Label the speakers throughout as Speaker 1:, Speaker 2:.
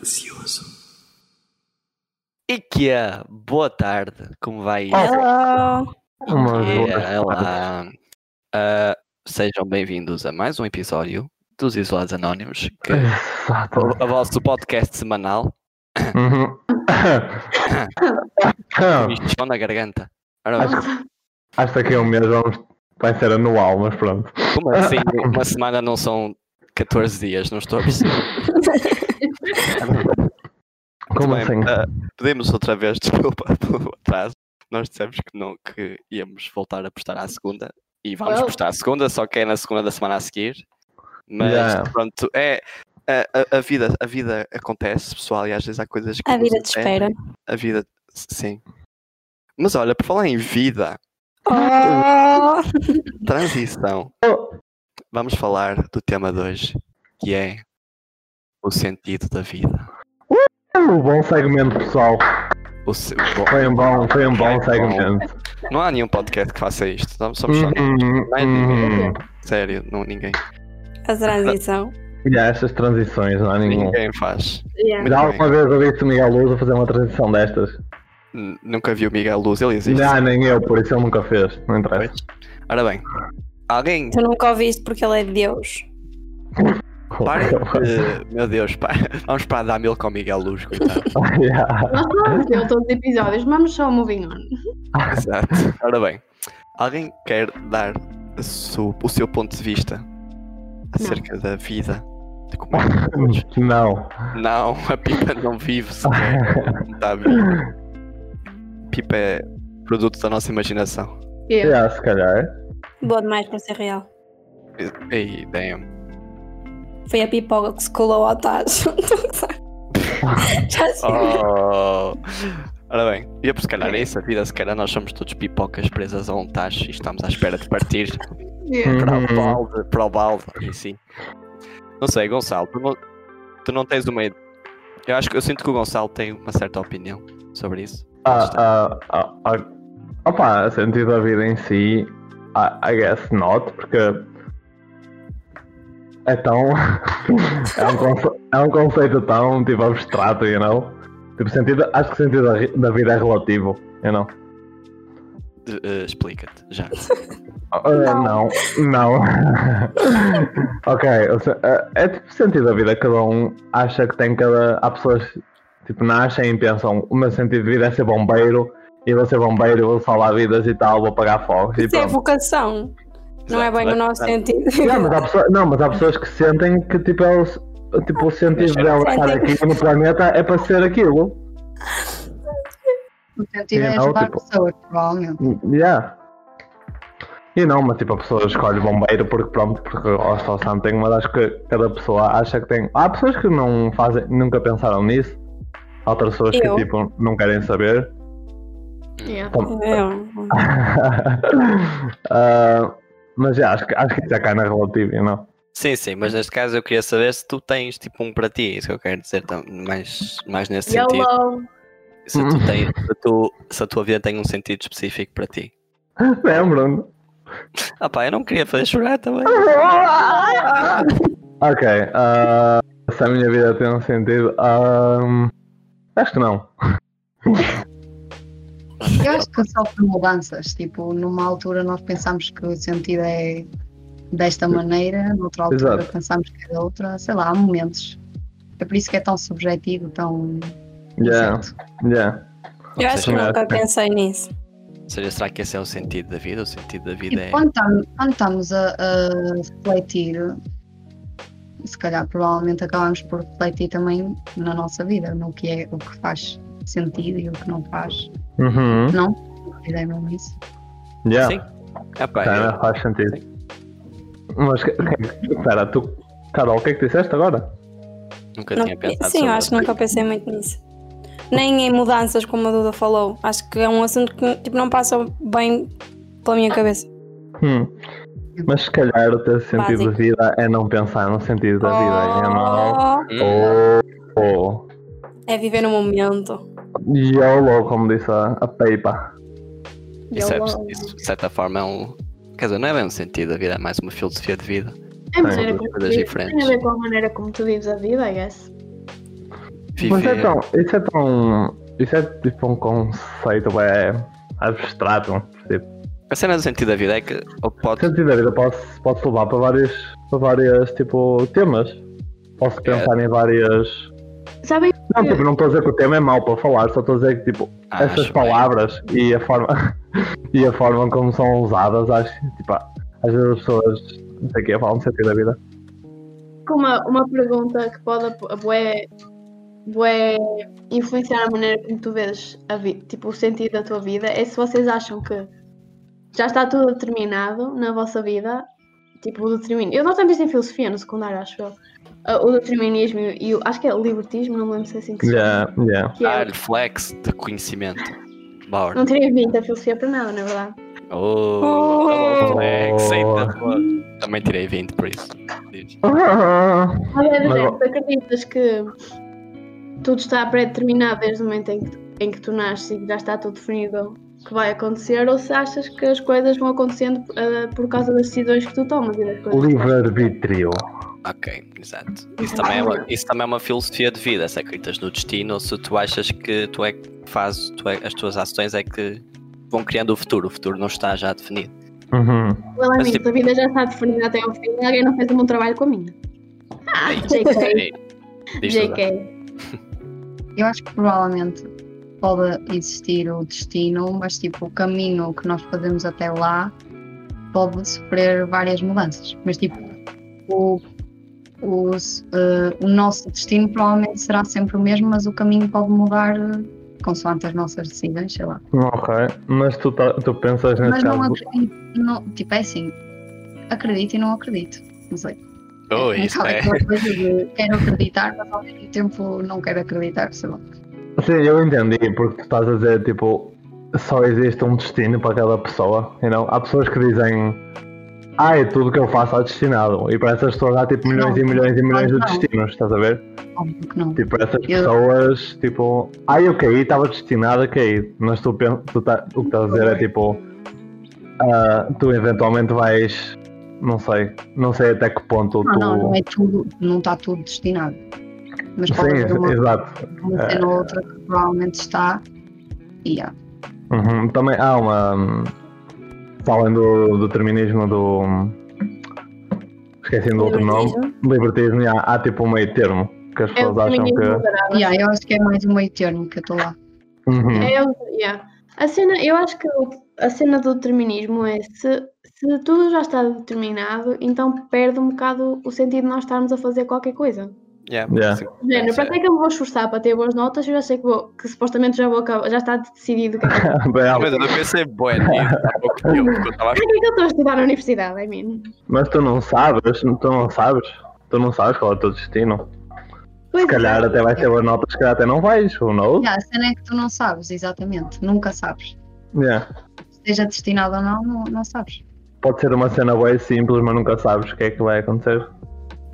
Speaker 1: ansioso.
Speaker 2: Ikia, é, boa tarde. Como vai?
Speaker 3: Hello.
Speaker 4: Uma
Speaker 2: É.
Speaker 4: boa
Speaker 2: Ikia,
Speaker 4: tarde.
Speaker 2: olá. Ah, sejam bem-vindos a mais um episódio dos Isolados Anónimos, que é
Speaker 4: Exato.
Speaker 2: o o vosso podcast semanal.
Speaker 4: Uhum.
Speaker 2: Estão na garganta. Ora bem,
Speaker 4: Ah. acho, que- acho que daqui a um mês vamos, vai ser anual, mas pronto.
Speaker 2: como assim uma semana não são 14 dias? Não estou a perceber.
Speaker 4: Como
Speaker 2: Muito
Speaker 4: assim?
Speaker 2: bem, ah, pedimos outra vez desculpa pelo atraso. Nós dissemos que não que íamos voltar a postar à segunda e vamos
Speaker 3: Oh.
Speaker 2: postar à segunda, só que é na segunda da semana a seguir. Mas
Speaker 4: Yeah.
Speaker 2: pronto, é a, a- a vida, a vida acontece, pessoal, e às vezes há coisas que
Speaker 3: A
Speaker 2: nos
Speaker 3: vida te
Speaker 2: impedem.
Speaker 3: espera.
Speaker 2: A vida, sim. Mas olha, por falar em vida,
Speaker 3: Oh,
Speaker 2: transição,
Speaker 4: Oh,
Speaker 2: vamos falar do tema de hoje, que é o sentido da vida.
Speaker 4: um bom segmento, pessoal.
Speaker 2: O se- bom,
Speaker 4: Foi um bom, foi um bom
Speaker 2: Bom.
Speaker 4: segmento.
Speaker 2: não há nenhum podcast que faça isto, somos somos só
Speaker 4: Uhum,
Speaker 2: Mais
Speaker 4: uhum.
Speaker 2: Sério, não, ninguém.
Speaker 3: a transição.
Speaker 4: E há estas transições, não há nenhum.
Speaker 2: Ninguém faz.
Speaker 4: Já alguma vez ouviste o Miguel Luz a fazer uma transição destas?
Speaker 2: N- Nunca vi o Miguel Luz, ele existe.
Speaker 4: Não, nem eu, por isso ele nunca fez. Não interessa.
Speaker 2: Pois. Ora bem, alguém.
Speaker 3: Tu nunca ouviste porque ele é de Deus.
Speaker 2: Parem de. Meu Deus, pá. vamos para dar mil com o Miguel Luz, coitado.
Speaker 4: Yeah.
Speaker 5: Nós
Speaker 1: Ah,
Speaker 5: vamos ver todos os episódios, vamos só moving on.
Speaker 2: Exato. Ora bem, alguém quer dar a su- o seu ponto de vista acerca da vida? De como é que todos-
Speaker 4: Não.
Speaker 2: Não, a Pipa não vive sequer. Não está a viver. Pipa é produto da nossa imaginação.
Speaker 5: Eu,
Speaker 1: É.
Speaker 4: Yeah, se calhar.
Speaker 3: Boa demais para ser real.
Speaker 2: Ei, damn.
Speaker 3: Foi a pipoca que se colou ao tacho. Já sei.
Speaker 2: Oh. Ora bem, e é por se calhar é isso, a vida, se calhar nós somos todos pipocas presas a um tacho e estamos à espera de partir
Speaker 5: eu.
Speaker 1: É.
Speaker 2: para o
Speaker 4: Uhum.
Speaker 2: balde, para o balde em si. Não sei, Gonçalo, tu não, tu não tens uma. Eu acho que eu sinto que o Gonçalo tem uma certa opinião sobre isso.
Speaker 4: Ah, ah, ah, ah, opa, sentido da vida em si, I, I guess not, porque é tão. é, um conce- é um conceito tão tipo abstrato, you know? Tipo, sentido, acho que sentido da, ri- da vida é relativo, you know?
Speaker 2: De- eh, Explica-te já.
Speaker 4: Ah, não, não. ok, o se- ah, é tipo sentido da vida, cada um acha que tem cada. Há pessoas tipo nascem e pensam, o meu sentido de vida é ser bombeiro. E vou ser bombeiro, vou salvar vidas e tal, vou apagar fogos e
Speaker 3: Isso é
Speaker 4: pronto.
Speaker 3: vocação. Não é bem no nosso sentido.
Speaker 4: Não mas, há pessoa- não, mas há pessoas que sentem que tipo, é o, s- tipo, o sentido
Speaker 2: Deixa-
Speaker 4: dela estar
Speaker 3: Sentem
Speaker 4: aqui no planeta é para ser aquilo.
Speaker 5: O sentido é
Speaker 4: Sim, não,
Speaker 5: ajudar
Speaker 4: tipo- Hum,
Speaker 5: pessoas, provavelmente.
Speaker 4: Yeah. E não, mas tipo, a pessoa escolhe bombeiro porque pronto, porque gosta ou santo tem, mas acho que cada pessoa acha que tem. Há pessoas que não fazem, nunca pensaram nisso. Há outras pessoas
Speaker 3: Eu.
Speaker 4: que tipo, não querem saber.
Speaker 1: É.
Speaker 5: Yeah.
Speaker 4: Tam-
Speaker 3: Eu-
Speaker 4: Ah, mas já, acho que, acho que isso é cai na relativa, não?
Speaker 2: Sim, sim, mas neste caso eu queria saber se tu tens tipo um para ti, é isso que eu quero dizer, tam- mais, mais nesse
Speaker 1: é
Speaker 2: sentido.
Speaker 5: Hello.
Speaker 2: Se, tu tens, se, tu- se a tua vida tem um sentido específico para ti.
Speaker 4: Não, Bruno.
Speaker 2: Ah pá, eu não queria fazer chorar também.
Speaker 4: Ok, ah, se a minha vida tem um sentido, ahm, acho que não.
Speaker 5: Eu acho que sofre mudanças. Tipo, numa altura nós pensamos que o sentido é desta maneira, noutra altura
Speaker 4: Exato.
Speaker 5: pensamos que é da outra. Sei lá, há momentos. É por isso que é tão subjetivo, tão.
Speaker 4: Yeah,
Speaker 5: incerto.
Speaker 4: yeah.
Speaker 3: Eu acho que
Speaker 4: Sim.
Speaker 3: nunca pensei nisso.
Speaker 2: Ou seja, será que esse é o sentido da vida? O sentido da vida
Speaker 5: E
Speaker 2: é.
Speaker 5: Tipo, quando estamos, quando estamos a, a refletir, se calhar provavelmente acabamos por refletir também na nossa vida, no que é o que faz sentido e o que não faz.
Speaker 4: Uhum,
Speaker 5: Direi é mesmo isso.
Speaker 4: yeah.
Speaker 2: Sim. Ah pá,
Speaker 4: Cara, faz sentido. Mas, que- que- espera, tu, Carol, o que é que disseste agora?
Speaker 2: eu nunca
Speaker 3: Não-
Speaker 2: tinha pensado
Speaker 3: sim,
Speaker 2: sobre
Speaker 3: eu acho que
Speaker 2: isso.
Speaker 3: nunca pensei muito nisso. Nem em mudanças, como a Duda falou. Acho que é um assunto que tipo, não passa bem pela minha cabeça.
Speaker 4: Hum. Mas se calhar o teu sentido
Speaker 3: Básico.
Speaker 4: de vida é não pensar no sentido da vida, não?
Speaker 3: Oh,
Speaker 4: Hum, Oh,
Speaker 3: é viver no momento.
Speaker 4: YOLO, como disse a, a Peipa.
Speaker 2: Isso, é, isso, de certa forma, é um. Quer dizer, não é bem um sentido da vida, é mais uma filosofia de vida.
Speaker 6: É a maneira
Speaker 4: Tem
Speaker 6: como tu
Speaker 2: coisas
Speaker 6: vives. Tem a
Speaker 2: diferentes.
Speaker 6: ver com a maneira como tu vives a vida, I guess.
Speaker 4: Mas é
Speaker 2: viver.
Speaker 4: tão. Isso é tão. Isso é tipo um conceito é abstrato. Tipo,
Speaker 2: A cena do sentido da vida é que ou
Speaker 4: o
Speaker 2: pode,
Speaker 4: sentido da vida posso, posso levar para vários, para vários tipo, temas. Posso pensar em várias.
Speaker 1: Sabem?
Speaker 4: Não, tipo, não estou a dizer que o tema é mau para falar, só estou a dizer que tipo,
Speaker 2: Ah,
Speaker 4: essas
Speaker 2: acho bem.
Speaker 4: palavras e a forma e a forma como são usadas, acho que tipo, às vezes as pessoas não sei o que falam de sentido da vida.
Speaker 1: com uma, uma pergunta que pode a bué, bué influenciar a maneira como tu vês a vida, tipo, o sentido da tua vida, é se vocês acham que já está tudo determinado na vossa vida, tipo, o determinismo. Eu não tenho isto em filosofia no secundário, acho eu. Ah, o determinismo e o, acho que é o libertismo, não me lembro se é assim que se chama.
Speaker 4: Yeah, yeah.
Speaker 1: que é-
Speaker 2: dar flex de conhecimento. Bauer.
Speaker 3: Hum.
Speaker 1: Não teria vindo a filosofia para nada, na verdade.
Speaker 2: Oh, double
Speaker 4: Oh.
Speaker 2: flex, eita, pô. Também tirei 20 por isso. Diz.
Speaker 1: Mas é
Speaker 4: Mas,
Speaker 1: dizer,
Speaker 4: ó-
Speaker 1: tu acreditas que tudo está pré-determinado desde o momento em que, em que tu nasces e que já está tudo definido o que vai acontecer, ou se achas que as coisas vão acontecendo ah, por causa das decisões que tu tomas e das coisas.
Speaker 4: Livre-arbítrio.
Speaker 2: Ok, exato. Isso também, é uma, isso também é uma filosofia de vida, se acreditas no destino ou se tu achas que tu é que fazes, tu é- as tuas ações é que vão criando o futuro, o futuro não está já definido.
Speaker 4: Uhum.
Speaker 1: Well,
Speaker 2: Mas,
Speaker 1: amigo,
Speaker 2: tipo-
Speaker 1: a vida já está definida até ao fim e alguém não fez um bom trabalho com a minha. Ah, JK,
Speaker 2: Diz tudo.
Speaker 1: JK.
Speaker 5: Eu acho que provavelmente pode existir o destino, mas tipo o caminho que nós fazemos até lá pode sofrer várias mudanças. Mas tipo, o, os, eh, o nosso destino provavelmente será sempre o mesmo, mas o caminho pode mudar eh, consoante as nossas decisões, sei lá.
Speaker 4: Ok, mas tu, tá- tu pensas nesse
Speaker 5: Mas
Speaker 4: caso.
Speaker 5: não acredito, não, tipo é assim, acredito e não acredito. Não sei.
Speaker 2: Oh,
Speaker 5: É
Speaker 2: isso
Speaker 5: aquela-
Speaker 2: é.
Speaker 5: aquela coisa de quero acreditar, mas ao mesmo tempo não quero acreditar, sei lá. é
Speaker 4: Sim, eu entendi, porque tu estás a dizer tipo, só existe um destino para cada pessoa. You know? Há pessoas que dizem ai, tudo que eu faço está destinado. E para essas pessoas há tipo milhões e
Speaker 5: Não,
Speaker 4: milhões e milhões de
Speaker 5: não.
Speaker 4: destinos, estás a ver?
Speaker 5: Óbvio que não.
Speaker 4: Tipo, para essas
Speaker 5: Eu-
Speaker 4: pessoas, tipo, ai eu caí, estava destinado a cair. Mas tu, pen- tu tá- o que estás a dizer é tipo, ah, tu eventualmente vais, não sei, não sei até que ponto
Speaker 5: Não,
Speaker 4: tu.
Speaker 5: não, não é tudo, não está tudo destinado. Mas pode
Speaker 4: Sim,
Speaker 5: haver uma,
Speaker 4: exato.
Speaker 5: uma cena ou outra que provavelmente está. E há.
Speaker 4: Uhum, Também há uma. hum, Falem do, do determinismo do. hum, Esquecendo o outro nome. Libertismo, e há, há tipo um meio termo que as
Speaker 1: É o
Speaker 4: pessoas acham
Speaker 1: feminismo
Speaker 4: que.
Speaker 1: moderado.
Speaker 5: E há, eu acho que é mais um meio termo que eu estou lá.
Speaker 4: Uhum,
Speaker 1: É, eu- yeah. A cena, eu acho que o- a cena do determinismo é se, se tudo já está determinado, então perde um bocado o sentido de nós estarmos a fazer qualquer coisa.
Speaker 2: Yeah,
Speaker 4: Yeah.
Speaker 2: sim.
Speaker 1: Género,
Speaker 2: Sim.
Speaker 1: para que é que eu me vou esforçar para ter boas notas? Eu já sei que, vou, que supostamente já, vou acabar, já está decidido. o que é que-
Speaker 4: bem, há-
Speaker 2: Mas eu pensei bué nisso há pouco tempo, porque eu estava a
Speaker 1: Para que é que eu estou a estudar na universidade? I mean.
Speaker 4: mas tu não sabes, tu não sabes. Tu não sabes qual é o teu destino.
Speaker 1: Pois
Speaker 4: Se calhar
Speaker 1: é.
Speaker 4: até vais ter boas notas, se calhar até não vais, ou não.
Speaker 5: E há, a cena é que tu não sabes, exatamente. Nunca sabes.
Speaker 4: Yeah.
Speaker 5: Esteja destinado ou não, não, não sabes.
Speaker 4: Pode ser uma cena bem simples, mas nunca sabes o que é que vai acontecer.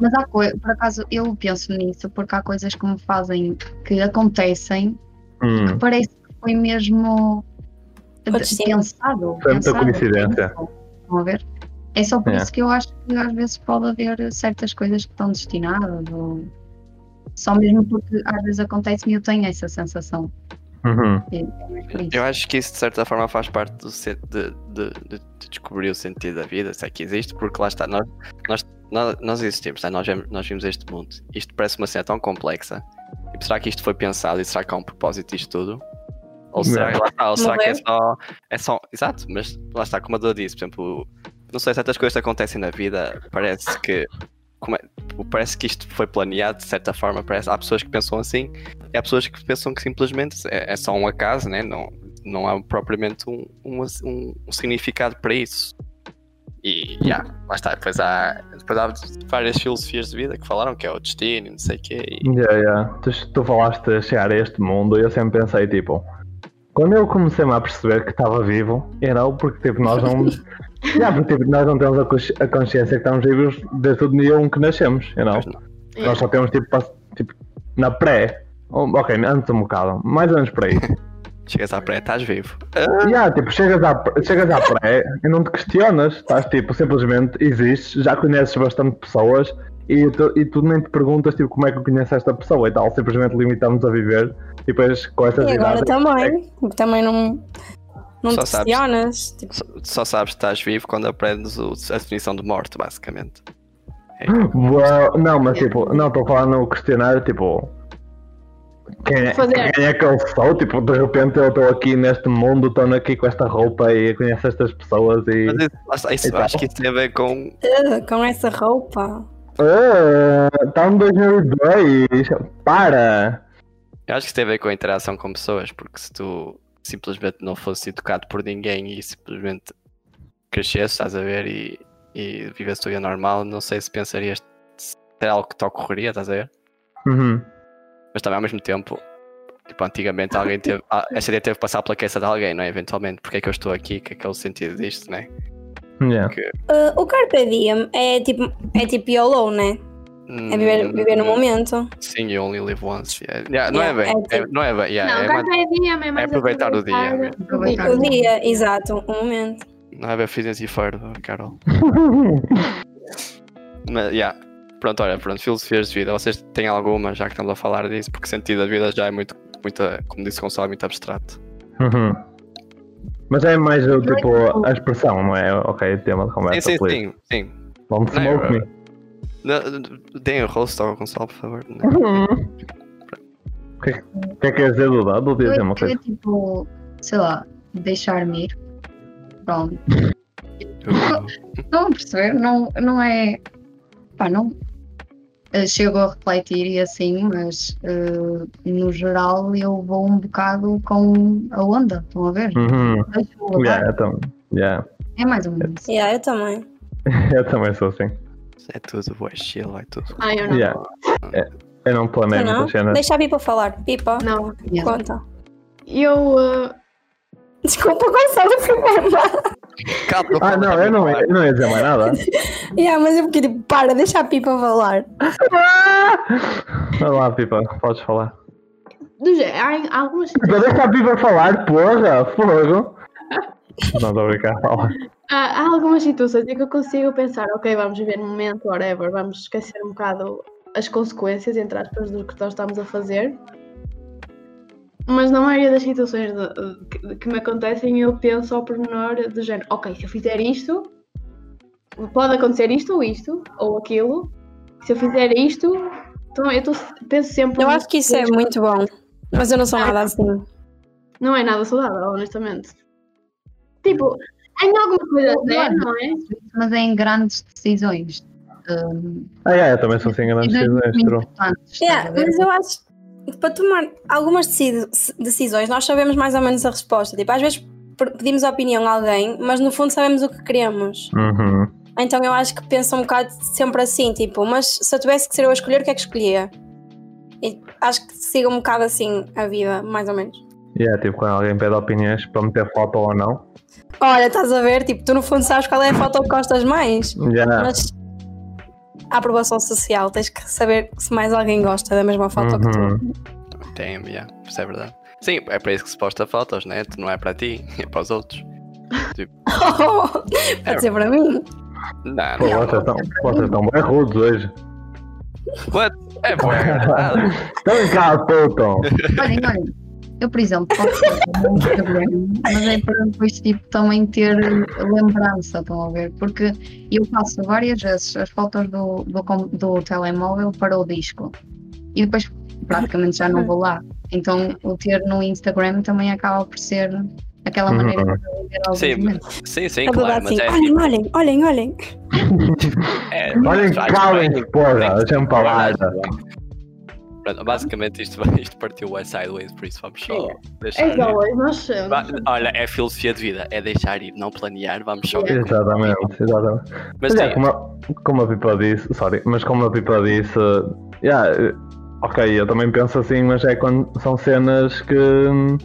Speaker 5: Mas há coisas, por acaso, eu penso nisso porque há coisas que me fazem, que acontecem,
Speaker 4: Hum,
Speaker 5: que parece que foi mesmo
Speaker 3: O
Speaker 5: de-
Speaker 3: destino.
Speaker 5: pensado.
Speaker 4: Foi muita
Speaker 5: pensado.
Speaker 4: coincidência.
Speaker 5: Estão a ver? É só por
Speaker 4: É.
Speaker 5: isso que eu acho que às vezes pode haver certas coisas que estão destinadas, ou só mesmo porque às vezes acontece-me e eu tenho essa sensação.
Speaker 4: uhum.
Speaker 5: Por isso.
Speaker 2: Eu acho que isso de certa forma faz parte do sen- de, de- de- de descobrir o sentido da vida, se é que existe, porque lá está, nós, nós, nós, nós existimos, né? nós, vemos- nós vimos este mundo. Isto parece uma cena tão complexa. Tipo, será que isto foi pensado e será que há um propósito disto tudo? Ou será, que lá está, ou será que é só, é só. Exato, mas lá está, como a Dua disse, por exemplo, não sei, certas coisas que acontecem na vida, parece que. como é- parece que isto foi planeado de certa forma. Parece, há pessoas que pensam assim e há pessoas que pensam que simplesmente é, é só um acaso, né? não, não há propriamente um, um, um- um significado para isso. E já, lá está. Depois há, depois há várias filosofias de vida que falaram que é o destino e não sei o quê. E,
Speaker 4: Yeah, yeah. Tu, tu falaste de chegar a este mundo e eu sempre pensei, tipo, quando eu comecei-me a perceber que estava vivo, era o porque, tipo, nós não. yeah, porque, tipo, nós não temos a, consci- a consciência que estamos vivos desde o dia 1 que nascemos, you know?
Speaker 2: Pois não.
Speaker 1: É.
Speaker 4: Nós só temos, tipo, pass- tipo, na pré. um- Ok, antes um bocado, mais ou menos por aí.
Speaker 2: chegas à pré, estás vivo.
Speaker 3: Ah.
Speaker 4: Yeah, tipo, chegas à, pr- chegas à pré e não te questionas, estás tipo, simplesmente existes, já conheces bastante pessoas e tu, e tu nem te perguntas tipo, como é que eu conheço esta pessoa e tal, simplesmente limitamos a viver e depois com essas
Speaker 3: E agora tá-
Speaker 4: idades.
Speaker 3: também. Também não. Não
Speaker 2: Só
Speaker 3: te
Speaker 2: sabes.
Speaker 3: questionas. Tipo,
Speaker 2: Só, só sabes que estás vivo quando aprendes o- a definição de morte, basicamente.
Speaker 4: Boa- tipo, Não, mas tipo, não, estou a falar no questionário, tipo. Quem é,
Speaker 1: Fazer.
Speaker 4: quem é que eu sou? Tipo, de repente eu estou aqui neste mundo, estou aqui com esta roupa e conheço estas pessoas e.
Speaker 2: Mas é isso, lá está, isso-
Speaker 4: Então.
Speaker 2: acho que isso tem a ver com.
Speaker 3: "Ah, com essa roupa.
Speaker 4: Ah, Está em 2002! Para!
Speaker 2: Eu acho que isso tem a ver com a interação com pessoas, porque se tu simplesmente não fosse tocado por ninguém e simplesmente crescesse, estás a ver, e, e vivesse tua vida normal, não sei se pensarias se era algo que te ocorreria, estás a ver?
Speaker 4: Uhum.
Speaker 2: Mas também ao mesmo tempo, tipo, antigamente alguém teve. a- Essa ideia teve que passar pela cabeça de alguém, não é? Eventualmente, porque é que eu estou aqui, que é que é o sentido disto, não é?
Speaker 4: Yeah.
Speaker 3: Ah, o Carpe Diem é tipo, é tipo YOLO, né? É viver, viver no momento.
Speaker 2: Hum, Sim, you only live once. yeah. Yeah, não
Speaker 3: Yeah,
Speaker 2: é bem,
Speaker 3: é
Speaker 2: é- não é bem. yeah,
Speaker 1: não,
Speaker 2: é
Speaker 1: o
Speaker 2: mais-
Speaker 1: carta é dia, mas é mais
Speaker 2: aproveitar o dia, é mesmo.
Speaker 5: Aproveitar.
Speaker 3: O dia, exato, o momento.
Speaker 2: Não é bem fitness e fardo, Carol. Mas, yeah. Pronto, olha, pronto, filosofias de vida. Vocês têm alguma, já que estamos a falar disso, porque sentido da vida já é muito, muito como disse o Gonçalo, é muito abstrato.
Speaker 4: Uhum. Mas é mais o tipo a expressão, não é? Ok, tema de
Speaker 2: Sim,
Speaker 4: conversa.
Speaker 2: sim,
Speaker 4: please.
Speaker 2: sim, sim.
Speaker 4: Don't
Speaker 2: Não,
Speaker 4: smoke me.
Speaker 2: Não, Deem o rosto ao Gonçalo, por favor. Uhum.
Speaker 4: O que é que queres dizer do dado? Diz
Speaker 5: Eu
Speaker 4: uma
Speaker 5: é que,
Speaker 4: coisa.
Speaker 5: tipo, sei lá, deixar-me ir. Pronto. Estão a perceber? Não, não é. Pá, não. eh, Chego a refletir e assim, mas eh, no geral eu vou um bocado com a onda, estão a ver?
Speaker 4: Uhum.
Speaker 5: Deixo-me levar.
Speaker 4: Yeah, eu, tam... yeah.
Speaker 5: É mais ou menos. isso.
Speaker 3: Yeah, eu também.
Speaker 4: eu também sou assim.
Speaker 2: É tudo, boa, chill, é tudo.
Speaker 1: Ah, eu não.
Speaker 4: Yeah. É, assim, né? Eu não planeio
Speaker 3: Tu não?
Speaker 4: muitas cenas.
Speaker 3: Deixa a Pipa falar. Pipa,
Speaker 1: Não.
Speaker 5: Yeah.
Speaker 3: conta.
Speaker 1: Eu. ah,
Speaker 3: Desculpa, Gonçalo, por favor.
Speaker 2: Cala-te,
Speaker 4: Ah,
Speaker 2: fales,
Speaker 4: não,
Speaker 2: é
Speaker 4: eu não,
Speaker 2: muito
Speaker 4: eu não ia dizer mais nada.
Speaker 3: Yeah, mas eu fiquei tipo, para, deixa a Pipa falar.
Speaker 4: Vai lá, Pipa, podes falar.
Speaker 1: do gé- há algumas.
Speaker 4: Pipa, Então deixa a Pipa falar, porra, fogo. Não estou a brincar, fala.
Speaker 1: Há, há algumas situações em que eu consigo pensar, ok, vamos viver no momento, whatever, vamos esquecer um bocado as consequências, entre aspas, do que nós estamos a fazer. Mas na maioria das situações de- de- que- que me acontecem, eu penso ao pormenor do género, ok, se eu fizer isto, pode acontecer isto ou isto, ou aquilo. Se eu fizer isto, então eu tô- penso sempre...
Speaker 3: Eu acho que isso é muito bom. Mas eu não sou nada assim.
Speaker 1: Não é nada saudável, honestamente. Tipo, em alguma coisa
Speaker 5: Não,
Speaker 1: é,
Speaker 5: não.
Speaker 1: não é?
Speaker 5: Mas é em grandes decisões. Um,
Speaker 4: Ah, é, eu também sou assim, grande sinistro.
Speaker 5: importantes.
Speaker 3: Yeah,
Speaker 5: estás a ver?
Speaker 3: É, mas eu acho que para tomar algumas deci- decisões nós sabemos mais ou menos a resposta. Tipo, às vezes per- pedimos a opinião a alguém, mas no fundo sabemos o que queremos.
Speaker 4: Uhum.
Speaker 3: Então eu acho que penso um bocado sempre assim, tipo, mas se eu tivesse que ser eu a escolher, o que é que escolhia? E acho que sigo um bocado assim a vida, mais ou menos.
Speaker 4: E é tipo quando alguém pede opiniões para meter foto ou não.
Speaker 3: Olha, estás a ver, tipo, tu no fundo sabes qual é a foto que gostas mais,
Speaker 5: Ah.
Speaker 4: Yeah.
Speaker 3: mas a aprovação social, tens que saber se mais alguém gosta da mesma foto que tu.
Speaker 4: Uhum.
Speaker 2: bom. Damn, yeah, isso é verdade. Sim, é para isso que se posta fotos, né? Tu Não é para ti, é para os outros.
Speaker 3: Pode ser para mim.
Speaker 2: Não,
Speaker 4: Pô,
Speaker 2: não.
Speaker 4: vocês estão, vocês estão bem rudes hoje.
Speaker 2: What? É bom, é verdade.
Speaker 4: Estão cá, puto.
Speaker 5: Olhem, olhem. Eu, por exemplo, posso fazer um Instagram, mas é para depois tipo, também ter lembrança, estão a ver? Porque eu passo várias vezes as fotos do, do, com- do telemóvel para o disco e depois praticamente já não vou lá. Então o ter no Instagram também acaba por ser aquela
Speaker 4: Uhum.
Speaker 5: maneira de ver alguns
Speaker 2: Sim,
Speaker 5: momentos.
Speaker 2: Sim, sim,
Speaker 3: É
Speaker 2: claro,
Speaker 3: verdade,
Speaker 2: mas
Speaker 3: sim.
Speaker 2: é.
Speaker 3: Olhem, olhem, olhem, olhem.
Speaker 2: é
Speaker 4: Olhem,
Speaker 2: vai-
Speaker 4: calem-se, porra, deixa-me falar.
Speaker 2: Pronto, basicamente isto, vai- isto partiu é sideways, por isso vamos só deixar.
Speaker 1: É igual, nós somos.
Speaker 2: Va- Olha, é filosofia de vida, é deixar ir, não planear, vamos
Speaker 1: É.
Speaker 2: só.
Speaker 4: Exatamente, exatamente.
Speaker 2: Mas
Speaker 4: Mas é,
Speaker 2: sim,
Speaker 4: como, a- como a Pipa disse, sorry, mas como a Pipa disse, yeah, eh, ok, eu também penso assim, mas é quando são cenas que hum,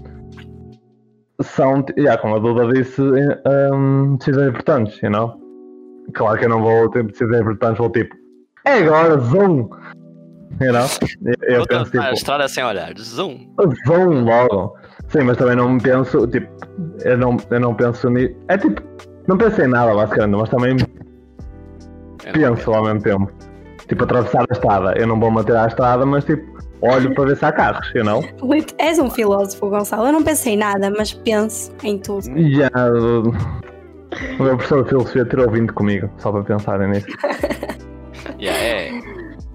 Speaker 4: são, ti- yeah, como a Duda disse, eh, hum, decisões importantes, you know? Claro que eu não vou ter decisões importantes, vou tipo, é agora, zoom! You know? Eu, eu
Speaker 2: vou
Speaker 4: penso
Speaker 2: tentar a
Speaker 4: tipo,
Speaker 2: estrada sem olhar. Zoom.
Speaker 4: Vão logo. Sim, mas também não penso, tipo, eu não, eu não penso nisso. É tipo, não pensei em nada basicamente, mas também
Speaker 2: Eu não
Speaker 7: É,
Speaker 4: penso ao mesmo tempo. Tipo, atravessar a estrada. Eu não vou manter a estrada, mas tipo, olho para ver se há carros, you know?
Speaker 3: Lit- És um filósofo, Gonçalo. Eu não pensei em nada, mas penso em tudo.
Speaker 4: Já. uh, O meu professor de filosofia tirou 20 comigo, só para pensarem nisso.
Speaker 7: Yeah, é.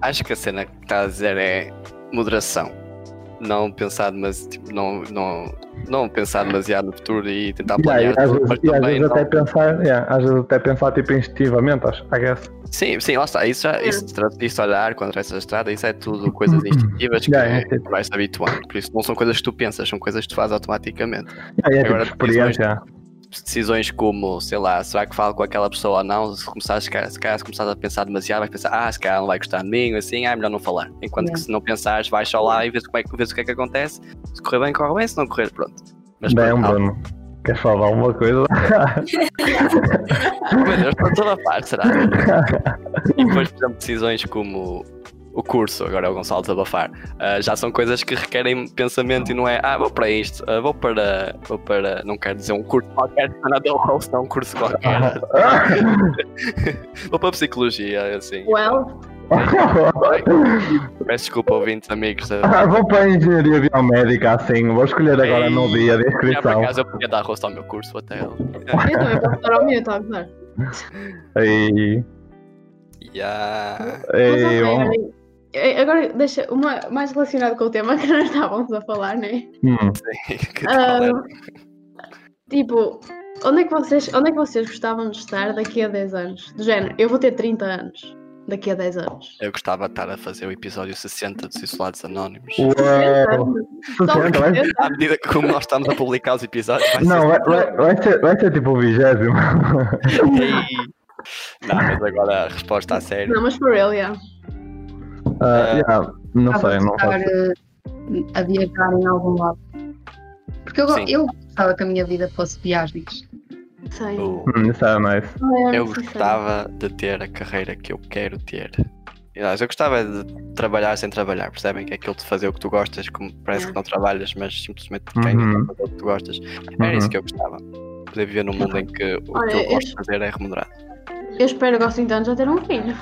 Speaker 7: Acho que a cena que está a dizer é moderação. Não pensar, mas tipo, não, não, não pensar demasiado no futuro e tentar planear.
Speaker 4: Yeah, e às
Speaker 7: tudo,
Speaker 4: vezes,
Speaker 7: Ah, mas
Speaker 4: e às
Speaker 7: também
Speaker 4: vezes
Speaker 7: não-
Speaker 4: até pensar, yeah, às vezes até pensar tipo instintivamente, acho, I guess.
Speaker 7: Sim, sim, lá está. Isso, já, isso, tra- isso é olhar quando atravessas a estrada, isso é tudo coisas instintivas que
Speaker 4: Uhum. Yeah, yeah, tipo.
Speaker 7: vais te habituando. Por isso não são coisas que tu pensas, são coisas que tu fazes automaticamente.
Speaker 4: Yeah, yeah,
Speaker 7: Agora,
Speaker 4: tipo experiência.
Speaker 7: Decisões como, sei lá, será que falo com aquela pessoa ou não? Se começares, se calhar, se calhar, se começares a pensar demasiado, vais pensar, ah, se calhar não vai gostar de mim, ou assim, ah, é melhor não falar. Enquanto
Speaker 5: Yeah.
Speaker 7: que se não pensares, vais só lá e vês, como é, que- vês o que é que acontece. Se correr bem, corre bem, se não correr, pronto. Mas
Speaker 4: Bem, é um
Speaker 7: pronto, há-
Speaker 4: Bruno. Queres falar alguma coisa?
Speaker 7: Meu Deus, para toda a parte, será? e depois, por exemplo, decisões como o curso, agora é o Gonçalo desabafar, ah, já são coisas que requerem pensamento e não é, ah, vou para isto, ah, vou para, vou para, não quero dizer um curso qualquer, nada é um curso qualquer, vou para psicologia, assim.
Speaker 1: Well,
Speaker 7: Peço desculpa, ouvintes, amigos. ah,
Speaker 4: Ah, vou para a engenharia biomédica, assim. Vou escolher agora
Speaker 7: Ei,
Speaker 4: no dia de
Speaker 7: Já por
Speaker 4: inscrição.
Speaker 7: acaso eu podia dar rosto ao meu curso, até.
Speaker 1: eu também posso dar ao meu, está a gozar.
Speaker 4: Ei,
Speaker 7: Yeah.
Speaker 1: Mas,
Speaker 7: é,
Speaker 4: ei,
Speaker 1: ok,
Speaker 4: vamos-
Speaker 1: olha, eh, Agora, deixa uma mais relacionado com o tema que nós estávamos a falar, não é?
Speaker 4: Hum.
Speaker 7: Que tal é?
Speaker 1: Ah, tipo, onde é, que vocês, onde é que vocês gostavam de estar daqui a 10 anos? Do género, eu vou ter 30 anos daqui a 10 anos.
Speaker 7: Eu gostava de estar a fazer o episódio 60 dos Isolados Anónimos.
Speaker 4: Uau.
Speaker 1: Só
Speaker 4: 60, vai-
Speaker 1: 60.
Speaker 7: À medida que como nós estamos a publicar os episódios, vai
Speaker 4: Não,
Speaker 7: ser.
Speaker 4: vai, vai, vai ser, vai ser tipo o vigésimo.
Speaker 7: Ei. Não, mas agora a resposta a sério.
Speaker 1: Não, mas por ele, yeah.
Speaker 4: Ah,
Speaker 7: É.
Speaker 4: yeah, não
Speaker 5: Gostava
Speaker 4: sei,
Speaker 5: de
Speaker 4: não
Speaker 5: estar
Speaker 4: faço.
Speaker 5: eh, a viajar em algum lado. Porque eu,
Speaker 7: Sim.
Speaker 5: eu gostava que a minha vida fosse viagens.
Speaker 1: Sei.
Speaker 7: Eu-
Speaker 4: Hum, Isso era nice.
Speaker 1: Não é
Speaker 7: Eu
Speaker 1: necessário.
Speaker 7: gostava de ter a carreira que eu quero ter. Aliás, Eu gostava de trabalhar sem trabalhar, percebem? Que é aquilo de fazer o que tu gostas, como parece
Speaker 1: Ah.
Speaker 7: que não trabalhas, mas simplesmente ganhas
Speaker 4: Uhum.
Speaker 7: para fazer o que tu gostas. Era então, é isso
Speaker 4: Uhum.
Speaker 7: que eu gostava. Poder viver num mundo em que o
Speaker 1: Olha,
Speaker 7: que eu
Speaker 1: eu-
Speaker 7: gosto de fazer é remunerado.
Speaker 1: Eu espero que aos 30 anos já ter um filho.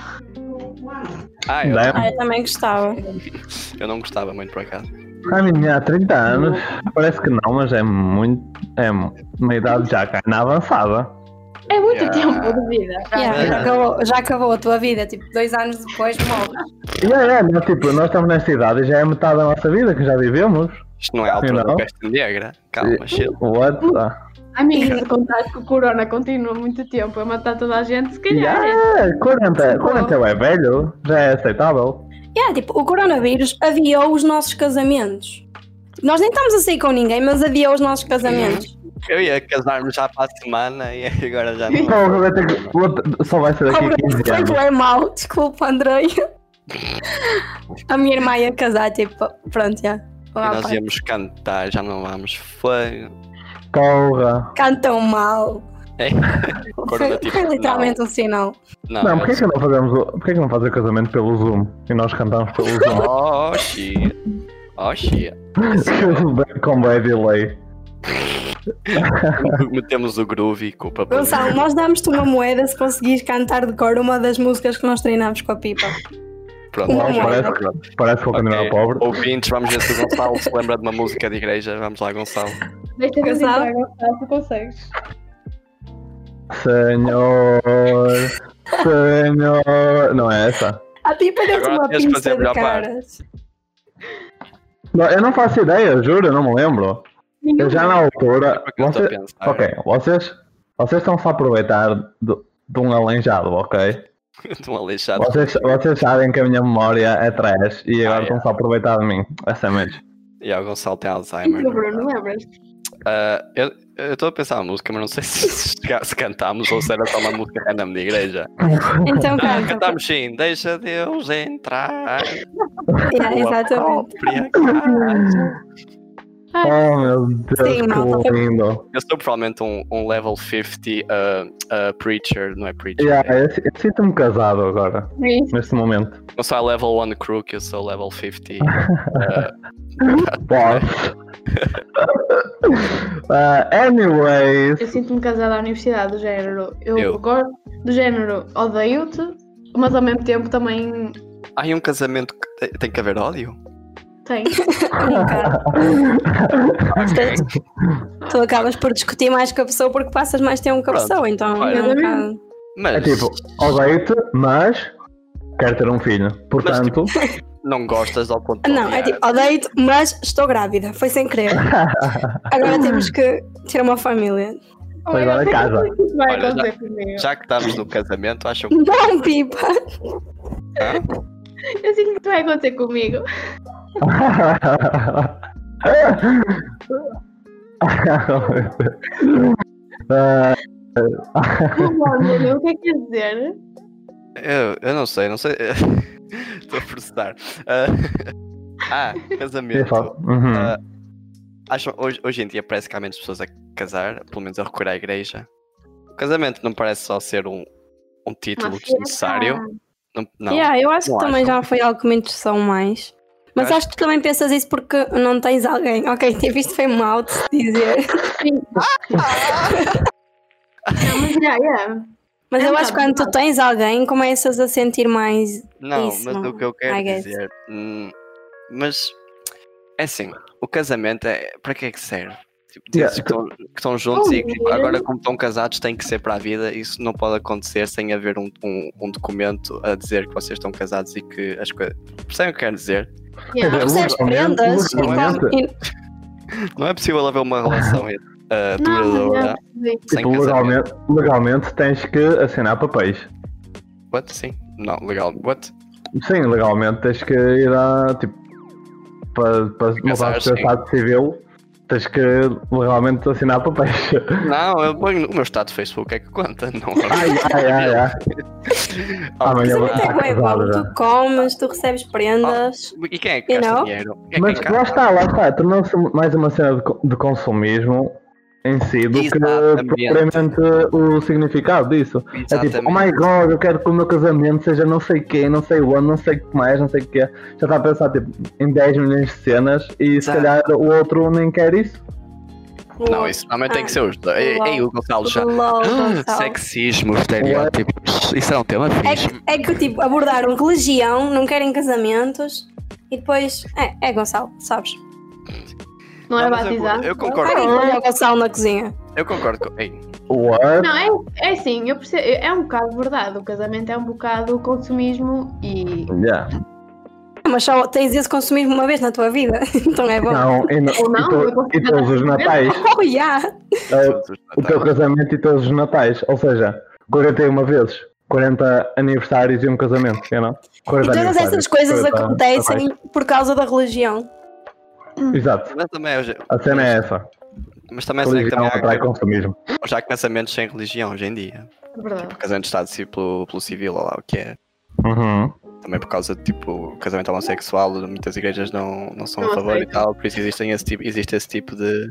Speaker 7: Ah, eu,
Speaker 4: Damn.
Speaker 3: Ah, eu também gostava.
Speaker 7: eu não gostava muito por acaso.
Speaker 4: A minha há 30 anos, parece que não, mas é muito. É uma idade já cai na avançada.
Speaker 1: É muito
Speaker 7: Yeah.
Speaker 1: tempo de vida. tá?
Speaker 3: Yeah,
Speaker 7: Yeah.
Speaker 3: já, acabou, já acabou a tua vida, tipo, dois anos depois morre.
Speaker 4: Yeah, yeah, nós, tipo, nós estamos nesta idade e já é metade da nossa vida que já vivemos.
Speaker 7: Isto não é a altura
Speaker 4: Afinal.
Speaker 7: do peste negra. Calma,
Speaker 4: É.
Speaker 7: chill.
Speaker 4: What? the-
Speaker 1: A mim, se contares que o corona continua muito tempo a matar toda a gente, se calhar.
Speaker 4: Yeah,
Speaker 3: Tá
Speaker 4: 40, 40 é velho, já é aceitável.
Speaker 3: Yeah, tipo, o coronavírus adiou os nossos casamentos. Nós nem estamos a sair com ninguém, mas adiou os nossos casamentos.
Speaker 7: Eu ia casar-me já para a semana e agora já não.
Speaker 4: Então, eu vou ter que- vou- só vai ser daqui
Speaker 3: Cobra,
Speaker 4: a 15
Speaker 3: foi
Speaker 4: anos.
Speaker 3: doer mal, é desculpa, Andrei. A minha irmã ia casar, tipo, pronto, já.
Speaker 7: E
Speaker 3: Lá,
Speaker 7: nós
Speaker 3: pá.
Speaker 7: íamos cantar, já não vamos feio.
Speaker 4: Porra.
Speaker 3: Cantam mal.
Speaker 7: É.
Speaker 3: Foi,
Speaker 7: Coronativo,
Speaker 3: foi literalmente um sinal.
Speaker 7: Não, é
Speaker 4: Não,
Speaker 7: não
Speaker 4: porquê que não fazemos o, porquê que não fazer casamento pelo Zoom? E nós cantamos pelo Zoom.
Speaker 7: Oh shit. Oh shit.
Speaker 4: Com bem delay.
Speaker 7: Metemos o groovy com o papel.
Speaker 3: Gonçalo, nós damos-te uma moeda se conseguires cantar de cor uma das músicas que nós treinámos com a Pipa.
Speaker 4: é
Speaker 7: Pronto,
Speaker 3: Não,
Speaker 7: vamos lá.
Speaker 4: parece- Parece que vou continuar
Speaker 7: Ok,
Speaker 4: pobre.
Speaker 7: Ouvintes, vamos ver se o Gonçalo se lembra de uma música de igreja. Vamos lá, Gonçalo.
Speaker 1: Deixa-me
Speaker 3: Casal?
Speaker 1: entrar, Gonçalo, tu consegues.
Speaker 4: Senhor, Senhor. Não é essa?
Speaker 3: A Pipa deu-te
Speaker 7: Agora
Speaker 3: uma
Speaker 7: tens de fazer
Speaker 3: pista
Speaker 7: a
Speaker 3: de
Speaker 7: melhor
Speaker 3: caras.
Speaker 4: Não, eu não faço ideia, juro, eu não me lembro. Eu já na altura.
Speaker 7: Porque eu estou a
Speaker 4: Você,
Speaker 7: pensar.
Speaker 4: ok, vocês. Vocês estão só a aproveitar de, de um aleijado, ok?
Speaker 7: Estou aleijado.
Speaker 4: Vocês, vocês sabem que a minha memória é trash e
Speaker 7: Ah,
Speaker 4: agora
Speaker 7: é.
Speaker 4: estão só a aproveitar de mim. Essa é mesmo.
Speaker 7: E o Gonçalo tem
Speaker 1: E
Speaker 7: Alzheimer.
Speaker 1: tu, Bruno, lembras?
Speaker 7: Ah, eu eu estou a pensar na música, mas não sei se, se, se cantámos ou se era só uma música random de igreja.
Speaker 3: Então
Speaker 7: Ah,
Speaker 3: canta.
Speaker 7: cantámos sim. Deixa Deus entrar.
Speaker 3: Yeah, exatamente.
Speaker 7: Própria casa.
Speaker 4: Oh meu Deus,
Speaker 3: Sim, malta,
Speaker 4: que
Speaker 3: foi-
Speaker 4: lindo.
Speaker 7: Eu sou provavelmente um, um level 50 uh, uh, preacher, não é preacher.
Speaker 4: Yeah,
Speaker 7: é.
Speaker 4: eu, eu sinto-me casado agora,
Speaker 1: Sim.
Speaker 4: neste momento.
Speaker 7: Não sou a level 1 crook, eu sou level 50.
Speaker 2: Uh,
Speaker 4: Boss. Ah, anyways.
Speaker 1: Eu sinto-me casada à universidade, do género. Eu,
Speaker 7: Eu.
Speaker 1: go- do género, odeio-te, mas ao mesmo tempo também
Speaker 2: Há aí um casamento que te- tem que haver ódio?
Speaker 1: tem.
Speaker 3: Portanto, tu acabas por discutir mais com a pessoa porque passas mais tempo com a
Speaker 2: Pronto.
Speaker 3: pessoa, então
Speaker 2: Olha.
Speaker 3: é um bocado.
Speaker 2: Mas
Speaker 4: É tipo, odeio-te, mas quero ter um filho. Portanto,
Speaker 2: não gostas ao ponto de
Speaker 3: Não, é
Speaker 2: odiar.
Speaker 3: tipo, odeio-te, mas estou grávida, foi sem querer.
Speaker 7: Uhum.
Speaker 3: Agora temos que ter uma família.
Speaker 4: Pois vai lá em casa.
Speaker 1: é Isso vai
Speaker 2: Olha, já-
Speaker 1: acontecer comigo.
Speaker 2: Já que estamos no casamento, acham que.
Speaker 3: Não, pipa!
Speaker 2: Hã?
Speaker 1: Eu sei o que vai acontecer comigo.
Speaker 4: Ah,
Speaker 1: Olha, o que é que quer dizer?
Speaker 2: Eu, eu não sei, não sei. Estou a processar. Ah, ah,
Speaker 4: eu
Speaker 2: casamento.
Speaker 4: falo, uhum.
Speaker 2: Ah, acham- hoje, hoje em dia parece que há menos pessoas a casar, pelo menos a recorrer à igreja. O casamento não parece só ser um, um título
Speaker 1: Uma fiesta.
Speaker 2: desnecessário. Não, não.
Speaker 3: Yeah, eu acho
Speaker 2: não
Speaker 3: que também
Speaker 2: acham.
Speaker 3: já foi algo que me interessou mais. Mas
Speaker 2: Acho
Speaker 3: acho que tu também pensas isso porque não tens alguém. Ok, tipo, isto foi mal de se dizer.
Speaker 1: Não, mas já, já.
Speaker 3: Mas
Speaker 1: É um
Speaker 3: eu acho que
Speaker 1: bocado
Speaker 3: quando tu tens alguém, começas a sentir mais.
Speaker 2: Não,
Speaker 3: Isso,
Speaker 2: mas o que eu
Speaker 3: I
Speaker 2: quero
Speaker 3: guess.
Speaker 2: dizer. hum, mas é assim, o casamento é para que é que serve? Tipo,
Speaker 4: Yeah, então
Speaker 2: dizes que estão- que estão juntos e que, tipo,
Speaker 3: Uhum.
Speaker 1: Olha.
Speaker 2: agora como estão casados tem que ser para a vida, isso não pode acontecer sem haver um, um- um documento a dizer que vocês estão casados e que as coisas. Percebem o que eu quero dizer? É
Speaker 4: Quer dizer,
Speaker 1: já.
Speaker 3: Recebes
Speaker 4: literalmente,
Speaker 3: prendas e
Speaker 4: literalmente,
Speaker 3: quando- e-
Speaker 4: Uhum.
Speaker 2: Não é possível haver uma relação uh,
Speaker 1: Não,
Speaker 2: duradoura
Speaker 1: já percebi.
Speaker 2: sem
Speaker 4: tipo,
Speaker 2: casamento.
Speaker 4: legalmente, legalmente tens que assinar papéis.
Speaker 3: é.
Speaker 2: What? Sim. Não, legal. What?
Speaker 4: Sim, legalmente tens que ir a tipo para, para mudar o
Speaker 2: Casar,
Speaker 4: teu
Speaker 2: sim.
Speaker 4: estado civil tens que legalmente assinar papéis.
Speaker 2: Não, eu ponho o meu estado de Facebook é que conta, não.
Speaker 4: Ai, ai, ai, ai. Amanhã
Speaker 3: Mas
Speaker 4: vou
Speaker 3: até
Speaker 4: estar
Speaker 3: que é bom.
Speaker 4: casado já.
Speaker 3: Tu comes, tu recebes prendas.
Speaker 2: E quem é que
Speaker 3: You
Speaker 2: gasta
Speaker 3: know?
Speaker 2: dinheiro? Quem é que
Speaker 4: Mas lá
Speaker 2: gasta?
Speaker 4: está, lá está, tornou-se mais uma cena de, co- de consumismo em si do que
Speaker 2: Exatamente.
Speaker 4: propriamente o significado disso. É tipo, oh my god, eu quero que o meu casamento seja não sei quem, não sei onde, não sei o que mais, não sei o que. Já está a pensar tipo, em 10 milhões de cenas e se
Speaker 2: Exato.
Speaker 4: calhar o outro nem quer isso.
Speaker 2: Não, isso também tem que ser os dois. Ei, ei, o Gonçalo já. Ah,
Speaker 3: Lol, Gonçalo.
Speaker 2: Sexismo, estereótipos. Isso é um tema
Speaker 3: É
Speaker 2: fixe.
Speaker 3: que, é que tipo, abordaram religião, não querem casamentos e depois. É, é Gonçalo, sabes?
Speaker 1: Não é era
Speaker 2: Não, mas eu-
Speaker 1: batizado?
Speaker 2: Eu
Speaker 3: Alguém
Speaker 2: concordo.
Speaker 3: põe o Gonçalo na cozinha.
Speaker 2: Eu concordo com. Ei,
Speaker 4: What?
Speaker 1: Não, é, é assim, eu percebo, é um bocado verdade. O casamento é um bocado consumismo e.
Speaker 4: Yeah.
Speaker 3: Mas só tens esse consumismo uma vez na tua vida, então é bom.
Speaker 4: Não, e, no-
Speaker 1: Ou não,
Speaker 4: e to-
Speaker 1: eu posso
Speaker 4: e todos os
Speaker 1: casar com
Speaker 4: natais.
Speaker 3: Oh, yeah.
Speaker 4: eh,
Speaker 2: todos os
Speaker 4: o teu
Speaker 2: natais.
Speaker 4: casamento e todos os natais. Ou seja, 41 vezes. 40 aniversários e um casamento, eu não? 40
Speaker 3: E todas essas
Speaker 4: aniversários,
Speaker 3: coisas
Speaker 4: 40
Speaker 3: acontecem por causa da religião.
Speaker 4: natais. Exato.
Speaker 2: Mas também, é-
Speaker 4: A cena é essa.
Speaker 2: mas também, é que
Speaker 4: Religião
Speaker 2: também
Speaker 4: atrai
Speaker 2: há,
Speaker 4: consumismo.
Speaker 2: já há casamentos sem religião hoje em dia.
Speaker 1: É verdade.
Speaker 2: Casamento de Estado civil pelo, pelo civil, ou lá o que é.
Speaker 4: Uhum.
Speaker 2: Também por causa de tipo casamento homossexual, muitas igrejas não, não são a
Speaker 1: Não
Speaker 2: favor e
Speaker 1: aceitam.
Speaker 2: tal, por isso existem esse tipo, existe esse tipo de.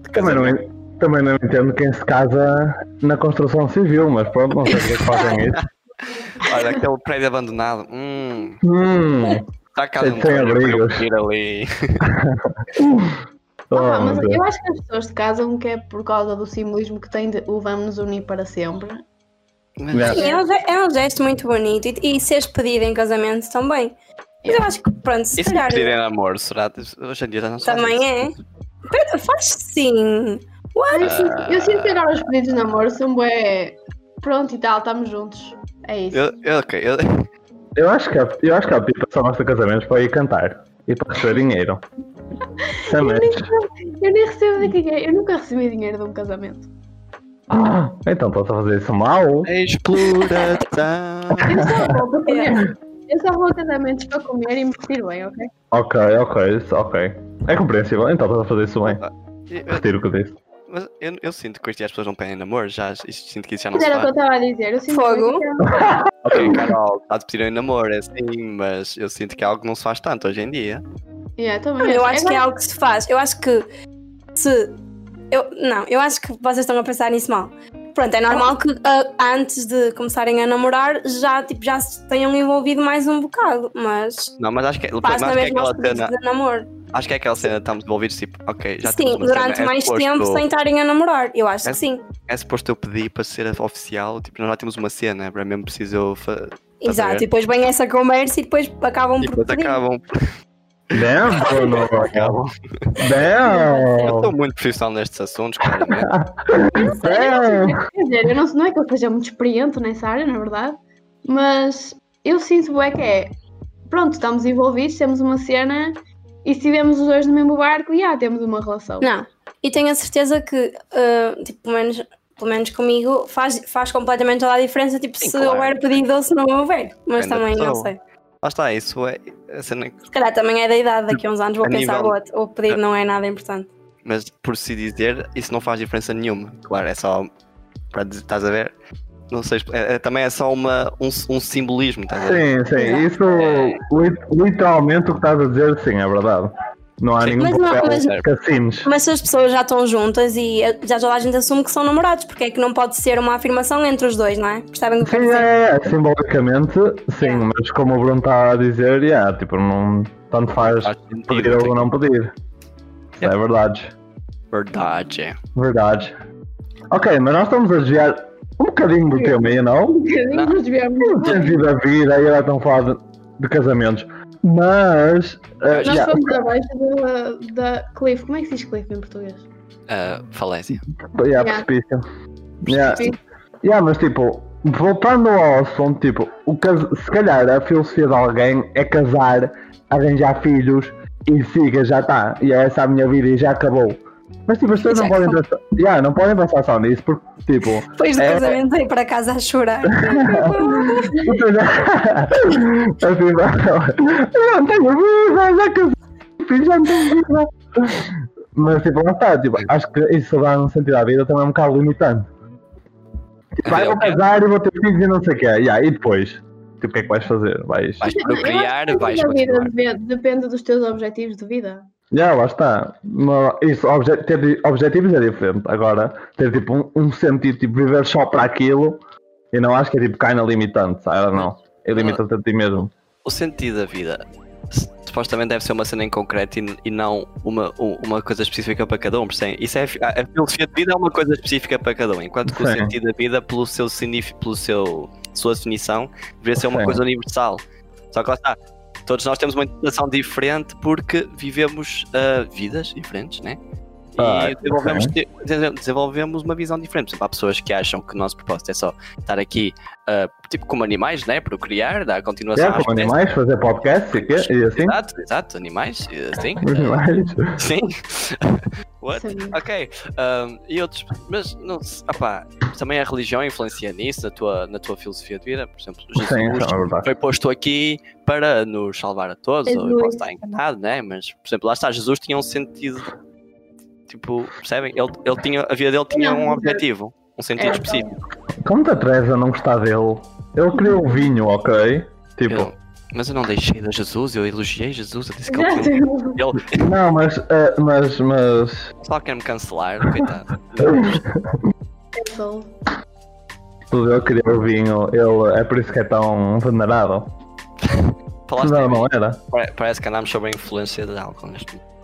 Speaker 2: de
Speaker 4: Também, não,
Speaker 2: casamento.
Speaker 4: en- também não entendo quem se casa na construção civil, mas pronto, não sei o que é que fazem isso.
Speaker 2: Olha, aquele prédio abandonado. Hum,
Speaker 4: Hum.
Speaker 2: está cá um
Speaker 4: Sem
Speaker 2: prédio
Speaker 4: abrigos.
Speaker 2: para eu ir ali.
Speaker 4: Oh,
Speaker 1: Ah,
Speaker 4: meu
Speaker 1: mas
Speaker 4: Deus.
Speaker 1: eu acho que as pessoas se casam que é por causa do simbolismo que tem de o vamos nos unir para sempre.
Speaker 2: Mas-
Speaker 4: Yeah.
Speaker 3: Sim, é um, ge- é um gesto muito bonito e, e seres pedido em casamento também. Mas eu acho que, pronto, se
Speaker 2: Isso
Speaker 3: calhar.
Speaker 2: de pedir em namoro, será? Hoje em dia já não se faz
Speaker 3: Também é.
Speaker 2: isso.
Speaker 3: Pera, Faz sim.
Speaker 1: Ah, eu, sinto, eu sinto que agora os pedidos de namoro são bué. Pronto e tal, estamos juntos. É isso.
Speaker 2: Eu, eu, ok, eu,
Speaker 4: Eu acho que a, eu acho que a Pipa só gosta de casamentos para ir cantar e para receber dinheiro. é Também.
Speaker 1: Eu nem recebo de ninguém, eu nunca recebi dinheiro de um casamento.
Speaker 4: Ah, então estás a fazer isso mal?
Speaker 2: exploração.
Speaker 1: Eu só vou para comer. Eu só vou a casamentos para comer e me vestir bem, ok?
Speaker 4: Ok, ok, isso, ok. É compreensível, então estás a fazer isso bem.
Speaker 2: Eu-
Speaker 4: Retiro o que eu disse.
Speaker 2: Mas eu, eu sinto que hoje em dia as pessoas não pedem namoro, já isso- sinto que isso já não
Speaker 1: Mas
Speaker 2: se
Speaker 1: era o que eu
Speaker 2: faz.
Speaker 1: estava a dizer. Eu sinto
Speaker 3: Fogo.
Speaker 1: que-
Speaker 2: Ok, Carol, está de pedir em namoro, é assim, mas eu sinto que é algo que não se faz tanto hoje em dia.
Speaker 1: Yeah, também
Speaker 3: Eu acho que é
Speaker 1: Agora-
Speaker 3: algo que se faz. Eu acho que se. Eu, não, eu acho que vocês estão a pensar nisso mal. Pronto, é normal que ah, antes de começarem a namorar já, tipo, já se tenham envolvido mais um bocado, mas
Speaker 2: Não, mas acho que, mas
Speaker 3: faz
Speaker 2: acho
Speaker 3: na
Speaker 2: que é
Speaker 3: mesma aos
Speaker 2: aquela
Speaker 3: pedidos
Speaker 2: cena.
Speaker 3: de namoro.
Speaker 2: Acho que é aquela cena, estamos envolvidos, tipo, ok, já temos
Speaker 3: Sim,
Speaker 2: uma
Speaker 3: durante
Speaker 2: cena, é
Speaker 3: mais
Speaker 2: suposto-
Speaker 3: tempo sem estarem a namorar. Eu acho
Speaker 2: É-
Speaker 3: que sim.
Speaker 2: É suposto eu pedir para ser oficial, tipo, nós já temos uma cena, é mesmo preciso eu fa-
Speaker 3: Exato,
Speaker 2: ver?
Speaker 3: e depois vem essa conversa e depois acabam
Speaker 2: E
Speaker 3: por
Speaker 2: depois
Speaker 3: pedir.
Speaker 2: acabam.
Speaker 4: Damn, Bruno!
Speaker 2: acabam. Eu
Speaker 4: Damn!
Speaker 2: estou muito profissional nestes assuntos, claramente.
Speaker 4: Damn!
Speaker 1: Quer dizer, eu não, não é que eu seja muito experiente nessa área, na verdade, mas eu sinto é que é. Pronto, estamos envolvidos, temos uma cena e se estivermos os dois no mesmo barco, já temos uma relação.
Speaker 3: Não, e tenho a certeza que, ah, tipo, pelo menos, pelo menos comigo, faz, faz completamente toda a diferença, tipo,
Speaker 2: Sim,
Speaker 3: se
Speaker 2: claro.
Speaker 3: houver pedido ou se não houver. Mas
Speaker 2: Depende da
Speaker 3: também, não
Speaker 2: pessoa.
Speaker 3: sei.
Speaker 2: Lá está, isso é. a cena que-
Speaker 3: Se calhar também é da idade, daqui a uns anos vou
Speaker 2: A
Speaker 3: pensar,
Speaker 2: nível-
Speaker 3: "What, o pedido não é nada importante.
Speaker 2: Mas por si dizer, isso não faz diferença nenhuma. Claro, é só. Para dizer, estás a ver? Não sei. expl- é- é- também é só uma, um, um simbolismo, estás a ver?
Speaker 4: Sim, sim, isso li- literalmente o que estás a dizer, sim, é verdade. Não há
Speaker 2: Sim.
Speaker 4: nenhum
Speaker 3: Mas não-
Speaker 4: papel
Speaker 3: mas-
Speaker 4: que assines.
Speaker 3: Mas se as pessoas já estão juntas e eh, já toda a gente assume que são namorados, porque é que não pode ser uma afirmação entre os dois, não é? Percebem o que eu quero
Speaker 4: Sim,
Speaker 3: dizer?
Speaker 4: é, é, simbolicamente, sim,
Speaker 3: Yeah.
Speaker 4: mas como o Bruno está a dizer, yeah, tipo, não, tanto faz
Speaker 2: Faz sentido,
Speaker 4: pedir
Speaker 2: tem-
Speaker 4: ou não pedir. Isso É verdade,
Speaker 2: Verdade. é.
Speaker 4: verdade. Ok, mas nós estamos a desviar um bocadinho do tema, you know?
Speaker 1: Não. Nos desviamos.
Speaker 4: Sentido da vida, e agora estão a falar de, de casamentos. Mas, eh,
Speaker 2: Nós
Speaker 1: Nós
Speaker 4: yeah,
Speaker 1: fomos abaixo da, da Cliff. Como é que se diz Cliff em português?
Speaker 2: Ah, falésia.
Speaker 4: yeah,
Speaker 1: Yeah.
Speaker 4: precipício. Yeah.
Speaker 1: Sim.
Speaker 4: Yeah, mas tipo, voltando ao assunto, tipo, o cas- se calhar a filosofia de alguém é casar, arranjar filhos e siga, já está. E é essa a minha vida e já acabou. Mas tipo, as pessoas não
Speaker 3: Já
Speaker 4: podem, pensar, yeah, não podem pensar só nisso, porque tipo,
Speaker 3: Depois do
Speaker 4: É.
Speaker 3: casamento ir para casa a chorar.
Speaker 4: eu tenho- Eu tenho- eu não tenho vida, já casei, filhos, já não tenho vida. Mas tipo, lá está, tipo, acho que isso dá um sentido à vida também é um bocado limitante. Tipo, vai, vou casar e vou ter filhos e não sei o que é. e depois? Tipo, o que é que vais fazer? Vais.
Speaker 2: Vais procriar,
Speaker 1: Eu acho que
Speaker 2: vais
Speaker 1: a vida
Speaker 2: continuar.
Speaker 1: depende, depende dos teus objetivos de vida.
Speaker 4: Já, lá está. Não, Isso, obje- ter objetivos é diferente. Agora, ter tipo um, um sentido, tipo, viver só para aquilo, eu não acho que é tipo cai na limitante, I don't know. É limitante a ti mesmo.
Speaker 2: O sentido da vida s- supostamente deve ser uma cena em concreto e, n- e não uma, um- uma coisa específica para cada um, percebem? Isso é, fi- a a filosofia de vida é uma coisa específica para cada um, enquanto que o
Speaker 4: Sim.
Speaker 2: sentido da vida, pelo seu signifi- pelo seu sua definição, deveria ser é uma
Speaker 4: Sim.
Speaker 2: coisa universal. Só que lá está, todos nós temos uma interpretação diferente porque vivemos ah, vidas diferentes, né? E
Speaker 4: Ah,
Speaker 2: desenvolvemos, te- desen- desenvolvemos uma visão diferente. Por exemplo, há pessoas que acham que o nosso propósito é só estar aqui, ah, tipo como animais, né? Procriar, dar continuação
Speaker 4: É,
Speaker 2: às
Speaker 4: como animais, fazer podcast e, quê? e assim.
Speaker 2: Exato, exato, animais, eh, sim.
Speaker 4: Os
Speaker 2: eh,
Speaker 4: animais.
Speaker 2: Sim. What?
Speaker 1: Sabia.
Speaker 2: Ok. ahm, e outros. Mas não se- opá, também a religião influencia nisso, na tua, na tua filosofia de vida. Por exemplo, Jesus
Speaker 4: Sim, isso é verdade.
Speaker 2: foi posto aqui para nos salvar a todos. Ou eu
Speaker 1: Jesus.
Speaker 2: posso estar enganado, né? Mas, por exemplo, lá está, Jesus tinha um sentido. Tipo, percebem? Ele, ele tinha, a vida dele tinha
Speaker 1: Não,
Speaker 2: um
Speaker 1: não.
Speaker 2: objetivo, um sentido
Speaker 1: É.
Speaker 2: específico.
Speaker 4: Como que a Teresa não gostar dele? Ele queria um vinho, ok? Tipo,
Speaker 2: Eu- mas eu não deixei de Jesus, eu elogiei Jesus, eu disse que ele
Speaker 1: Exato.
Speaker 2: tinha. um Ele,
Speaker 4: não, mas, eh, mas, mas.
Speaker 2: só quer me cancelar, coitado.
Speaker 1: Cancel.
Speaker 4: Tudo eu queria o vinho, ele é por isso que é tão venerado.
Speaker 2: Falaste não,
Speaker 4: não, não era.
Speaker 2: Pare- Parece que andámos sobre a influência de álcool neste momento.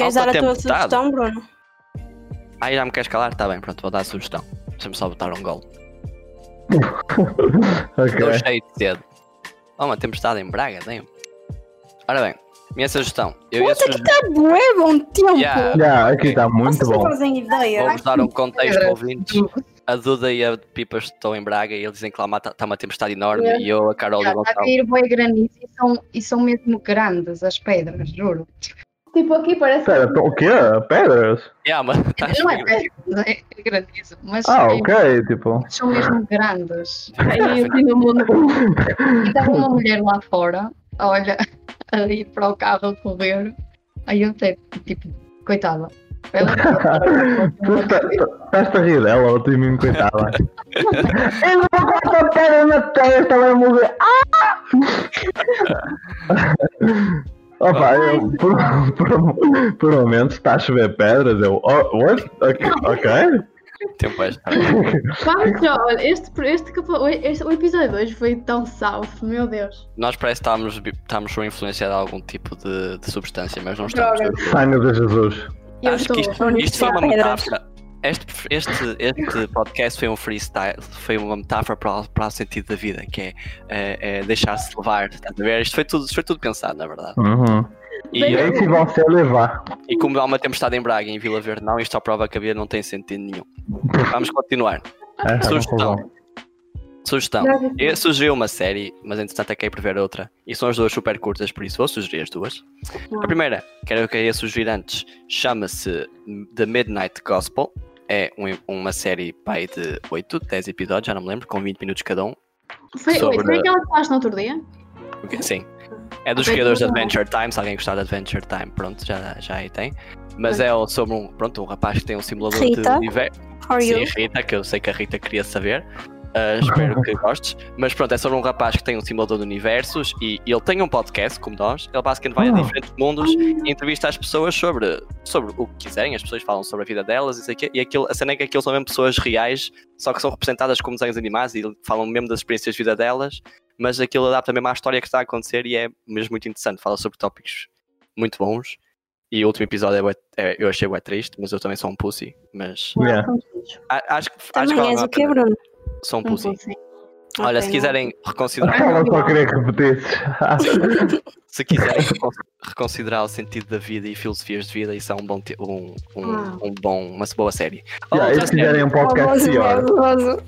Speaker 3: Queres
Speaker 2: Alta
Speaker 3: dar a tua
Speaker 2: tempestade.
Speaker 3: sugestão, Bruno?
Speaker 2: Aí já me queres calar? Tá bem, pronto, vou dar a sugestão. Deixa-me só botar um gol. Estou
Speaker 4: ok.
Speaker 2: cheio de cedo. Oh, uma tempestade em Braga, tenho. Ora bem, minha sugestão. Eu
Speaker 5: é
Speaker 2: ia sugerir.
Speaker 5: tá
Speaker 3: Está tá bué bom
Speaker 5: um
Speaker 3: tempo!
Speaker 2: Yeah.
Speaker 4: Já, aqui está muito
Speaker 3: Vocês não
Speaker 4: bom.
Speaker 3: fazem ideia.
Speaker 2: Vou-vos
Speaker 5: né?
Speaker 2: dar um contexto, ouvintes.
Speaker 5: Tu-
Speaker 2: A Duda e a Pipas estão em Braga e eles dizem que lá está uma tempestade enorme e eu, a Carol e o
Speaker 5: Já, Está a
Speaker 2: Gonçalo.
Speaker 5: cair boi granizo e são, e são mesmo grandes as pedras, juro.
Speaker 1: Tipo, aqui parece que
Speaker 4: Espera, tô- o quê? Pedras?
Speaker 2: Yeah, mas tá
Speaker 5: Não é
Speaker 2: escuro.
Speaker 5: pedras, é granizo, mas
Speaker 4: Ah,
Speaker 5: é-
Speaker 4: ok, tipo.
Speaker 5: são mesmo grandes.
Speaker 1: aí assim no mundo.
Speaker 5: E estava uma mulher lá fora, olha, a ir para o carro a correr. Aí eu até, tipo, coitada. Ela
Speaker 4: Tu está- tu- estás-te a rir dela, eu tenho mesmo coitada. Ele não corta a pedra na testa, vai morrer. Ah! Opa, eu, por, por, por um momento está a chover pedras, eu. Oh, what? Ok. ok.
Speaker 2: O tempo é estar.
Speaker 1: Vamos só, olha, este, este, capa- este- o episódio de hoje foi tão salvo, meu Deus.
Speaker 2: Nós parece que estamos, estamos sob a influência de algum tipo de, de substância, mas não estamos.
Speaker 1: Drogas.
Speaker 4: Sangue de Jesus.
Speaker 1: Eu
Speaker 2: Acho
Speaker 1: estou
Speaker 2: que isto, isto foi uma
Speaker 3: Pedras.
Speaker 2: metáfora. Este, este, este podcast foi um freestyle, foi uma metáfora para, o- para o sentido da vida, que é, é, é deixar-se levar, estás a ver? Isto foi tudo, isto foi tudo pensado, na verdade.
Speaker 4: Uhum.
Speaker 2: E,
Speaker 1: Bem,
Speaker 4: E aí se você levar.
Speaker 2: e como há uma tempestade em Braga, em Vila Verde, não, isto à prova que havia não tem sentido nenhum. Vamos continuar.
Speaker 4: Essa é a
Speaker 2: Sugestão.
Speaker 4: conclusão.
Speaker 2: Sugestão.
Speaker 1: Não,
Speaker 2: Eu sugeri uma série, mas entretanto acabei por ver outra. E são as duas super curtas, por isso vou sugerir as duas. A primeira, que era o que eu ia sugerir antes, chama-se The Midnight Gospel. É um- uma série pai de 8, 10 episódios, já não me lembro, com 20 minutos cada um.
Speaker 1: Foi,
Speaker 2: sobre-
Speaker 1: Wait, foi aquela que falaste no outro dia?
Speaker 2: Porque, Sim. É dos
Speaker 1: Ok,
Speaker 2: criadores de
Speaker 1: tudo bem.
Speaker 2: Adventure Time, se alguém gostar de Adventure Time, pronto, já, já aí tem. Mas é o- sobre um, pronto, um rapaz que tem um simulador de
Speaker 3: Rita?
Speaker 2: universo.
Speaker 3: How are
Speaker 2: Sim,
Speaker 3: you?
Speaker 2: Rita, que eu sei que a Rita queria saber. Ah, espero que gostes. Mas pronto, é sobre um rapaz que tem um simulador de universos e ele tem um podcast, como nós. Ele basicamente vai a
Speaker 4: Ah.
Speaker 2: diferentes mundos e entrevista as pessoas sobre, sobre o que quiserem. As pessoas falam sobre a vida delas e, sei o quê. e aquilo, a cena é que aquilo são mesmo pessoas reais, só que são representadas como desenhos animados e falam mesmo das experiências de vida delas. Mas aquilo adapta mesmo à história que está a acontecer e é mesmo muito interessante. Fala sobre tópicos muito bons. E o último episódio é bué- é- eu achei bué triste, mas eu também sou um pussy. Mas
Speaker 4: Yeah.
Speaker 2: a- Acho, que- acho que
Speaker 3: Também
Speaker 2: vale
Speaker 3: és
Speaker 2: a
Speaker 3: o quê,
Speaker 2: pena.
Speaker 3: Bruno?
Speaker 2: Sou um
Speaker 1: Não
Speaker 2: pussy.
Speaker 1: sei.
Speaker 2: Olha,
Speaker 3: Ok,
Speaker 2: se
Speaker 3: não.
Speaker 2: quiserem reconsiderar,
Speaker 4: Ela só queria que repetisses.
Speaker 2: se quiserem recon- reconsiderar o sentido da vida e filosofias de vida, isso é um bom, te- um, um,
Speaker 1: Ah.
Speaker 2: um bom uma boa série. A
Speaker 4: Yeah, e
Speaker 2: outra
Speaker 4: se
Speaker 2: série,
Speaker 4: fizerem um podcast
Speaker 3: Voz,
Speaker 4: pior.
Speaker 3: voz, voz.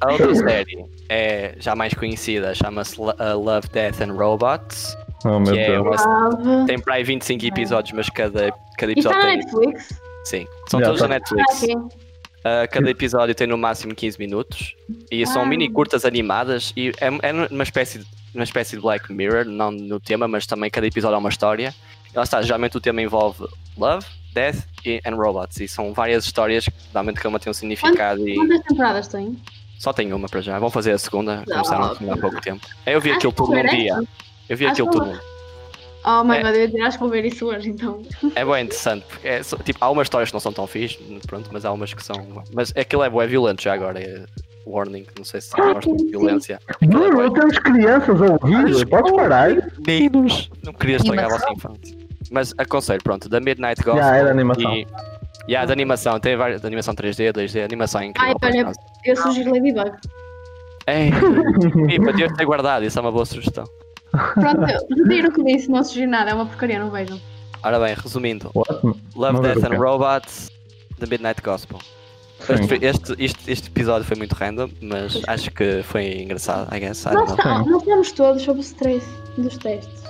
Speaker 2: a outra série é já mais conhecida, chama-se Lo- uh, Love, Death and Robots.
Speaker 4: Oh meu
Speaker 2: que é
Speaker 4: Deus.
Speaker 2: uma,
Speaker 1: Bravo.
Speaker 2: tem para aí 25 episódios, mas cada, cada
Speaker 1: E está
Speaker 2: episódio
Speaker 1: tá na
Speaker 2: tem.
Speaker 1: Netflix?
Speaker 2: Sim, são
Speaker 4: Yeah,
Speaker 2: todos da
Speaker 4: tá.
Speaker 2: Netflix.
Speaker 1: Ah, sim.
Speaker 2: Uh, cada episódio tem no máximo 15 minutos e são
Speaker 1: Ah.
Speaker 2: mini curtas animadas e é, é uma, espécie de, uma espécie de Black Mirror, não no tema, mas também cada episódio é uma história. E lá está, geralmente o tema envolve love, death e, and robots e são várias histórias que realmente cada uma tem um significado e
Speaker 1: Quantas temporadas tem?
Speaker 2: só tem uma para já. Vão fazer a segunda, começaram
Speaker 1: Não.
Speaker 2: há pouco tempo. Eu vi
Speaker 1: Ah, Acho
Speaker 2: aquilo
Speaker 1: que
Speaker 2: tudo num
Speaker 1: merece.
Speaker 2: dia. Eu vi
Speaker 1: Acho
Speaker 2: aquilo um
Speaker 1: que
Speaker 2: tudo. num-
Speaker 1: Oh my
Speaker 2: É.
Speaker 1: god, eu ia dizer, acho que vou ver isso hoje então.
Speaker 2: É bem interessante, porque é só- tipo, há umas histórias que não são tão fixe, pronto, mas há umas que são. Mas aquilo é, é violento já agora. é- warning, não sei se
Speaker 4: Ah,
Speaker 2: gostam de violência. Aquilo é bué-
Speaker 4: Bruno, temos crianças a ouvir. Pode parar.
Speaker 2: meninos. Não queria estragar a vossa
Speaker 5: Animação.
Speaker 2: infância. Mas aconselho, pronto, da Midnight Gospel.
Speaker 4: Já era é animação.
Speaker 2: E, e há da animação, tem várias. Da animação 3D, 2D, animação é incrível.
Speaker 1: Ai, olha,
Speaker 2: por acaso. É,
Speaker 1: Eu sugiro Ladybug.
Speaker 2: Ei, pipa, devias ter guardado, isso é uma boa sugestão.
Speaker 1: Pronto, eu retiro o que disse, não sugiro nada, é uma porcaria, não vejam.
Speaker 2: Ora bem, resumindo:
Speaker 4: Ótimo.
Speaker 2: Love,
Speaker 4: Não
Speaker 2: Death
Speaker 4: vejo o
Speaker 2: and
Speaker 4: quê.
Speaker 2: Robots, The Midnight Gospel.
Speaker 4: Sim.
Speaker 2: Este, este, este, este episódio foi muito random, mas acho que foi engraçado, I guess. I
Speaker 1: Nós,
Speaker 2: don't know.
Speaker 1: tá, nós estamos todos sobre o stress dos testes.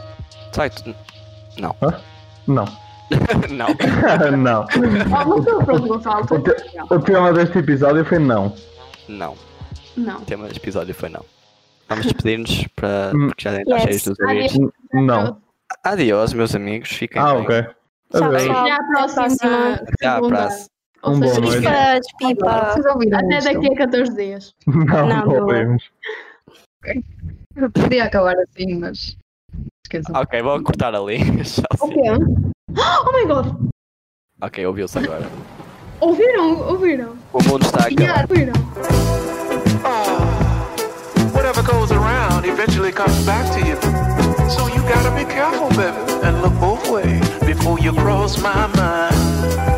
Speaker 2: Sai tu-
Speaker 4: Não.
Speaker 2: Não.
Speaker 4: não.
Speaker 1: Oh, mas tu, pronto, Gonçalo, tu-
Speaker 4: O tema deste episódio foi não.
Speaker 2: Não.
Speaker 1: Não.
Speaker 2: O tema deste episódio foi não. Vamos despedir-nos para.
Speaker 4: Hum.
Speaker 2: Porque já devem estar cheios
Speaker 3: Yes.
Speaker 2: dos ouvintes.
Speaker 4: Não.
Speaker 2: Adiós, meus amigos. Fiquem
Speaker 4: Ah,
Speaker 2: bem.
Speaker 4: ok.
Speaker 3: Tchau,
Speaker 4: Adeus.
Speaker 3: tchau.
Speaker 1: Até à próxima.
Speaker 3: Próxima.
Speaker 2: Até à
Speaker 1: segunda.
Speaker 2: próxima.
Speaker 1: Ou
Speaker 4: Um
Speaker 1: seja,
Speaker 4: bom noite.
Speaker 3: Pispas, pipa.
Speaker 5: Vocês ouviram
Speaker 1: Ah, Até
Speaker 5: isto?
Speaker 1: daqui a 14 dias.
Speaker 4: Não,
Speaker 3: Não,
Speaker 4: não
Speaker 3: não.
Speaker 4: ouvimos.
Speaker 5: Eu podia acabar assim, mas. Esqueçam.
Speaker 2: Ok, vou cortar ali.
Speaker 1: O
Speaker 2: Chelsea.
Speaker 1: quê? Oh my god!
Speaker 2: ok, ouviu-se agora.
Speaker 1: Ouviram? Ouviram?
Speaker 2: O mundo está a acabar.
Speaker 1: Ouviram?
Speaker 6: Ah, Whatever goes around eventually comes back to you. So you gotta be careful, baby, and look both ways before you cross my mind.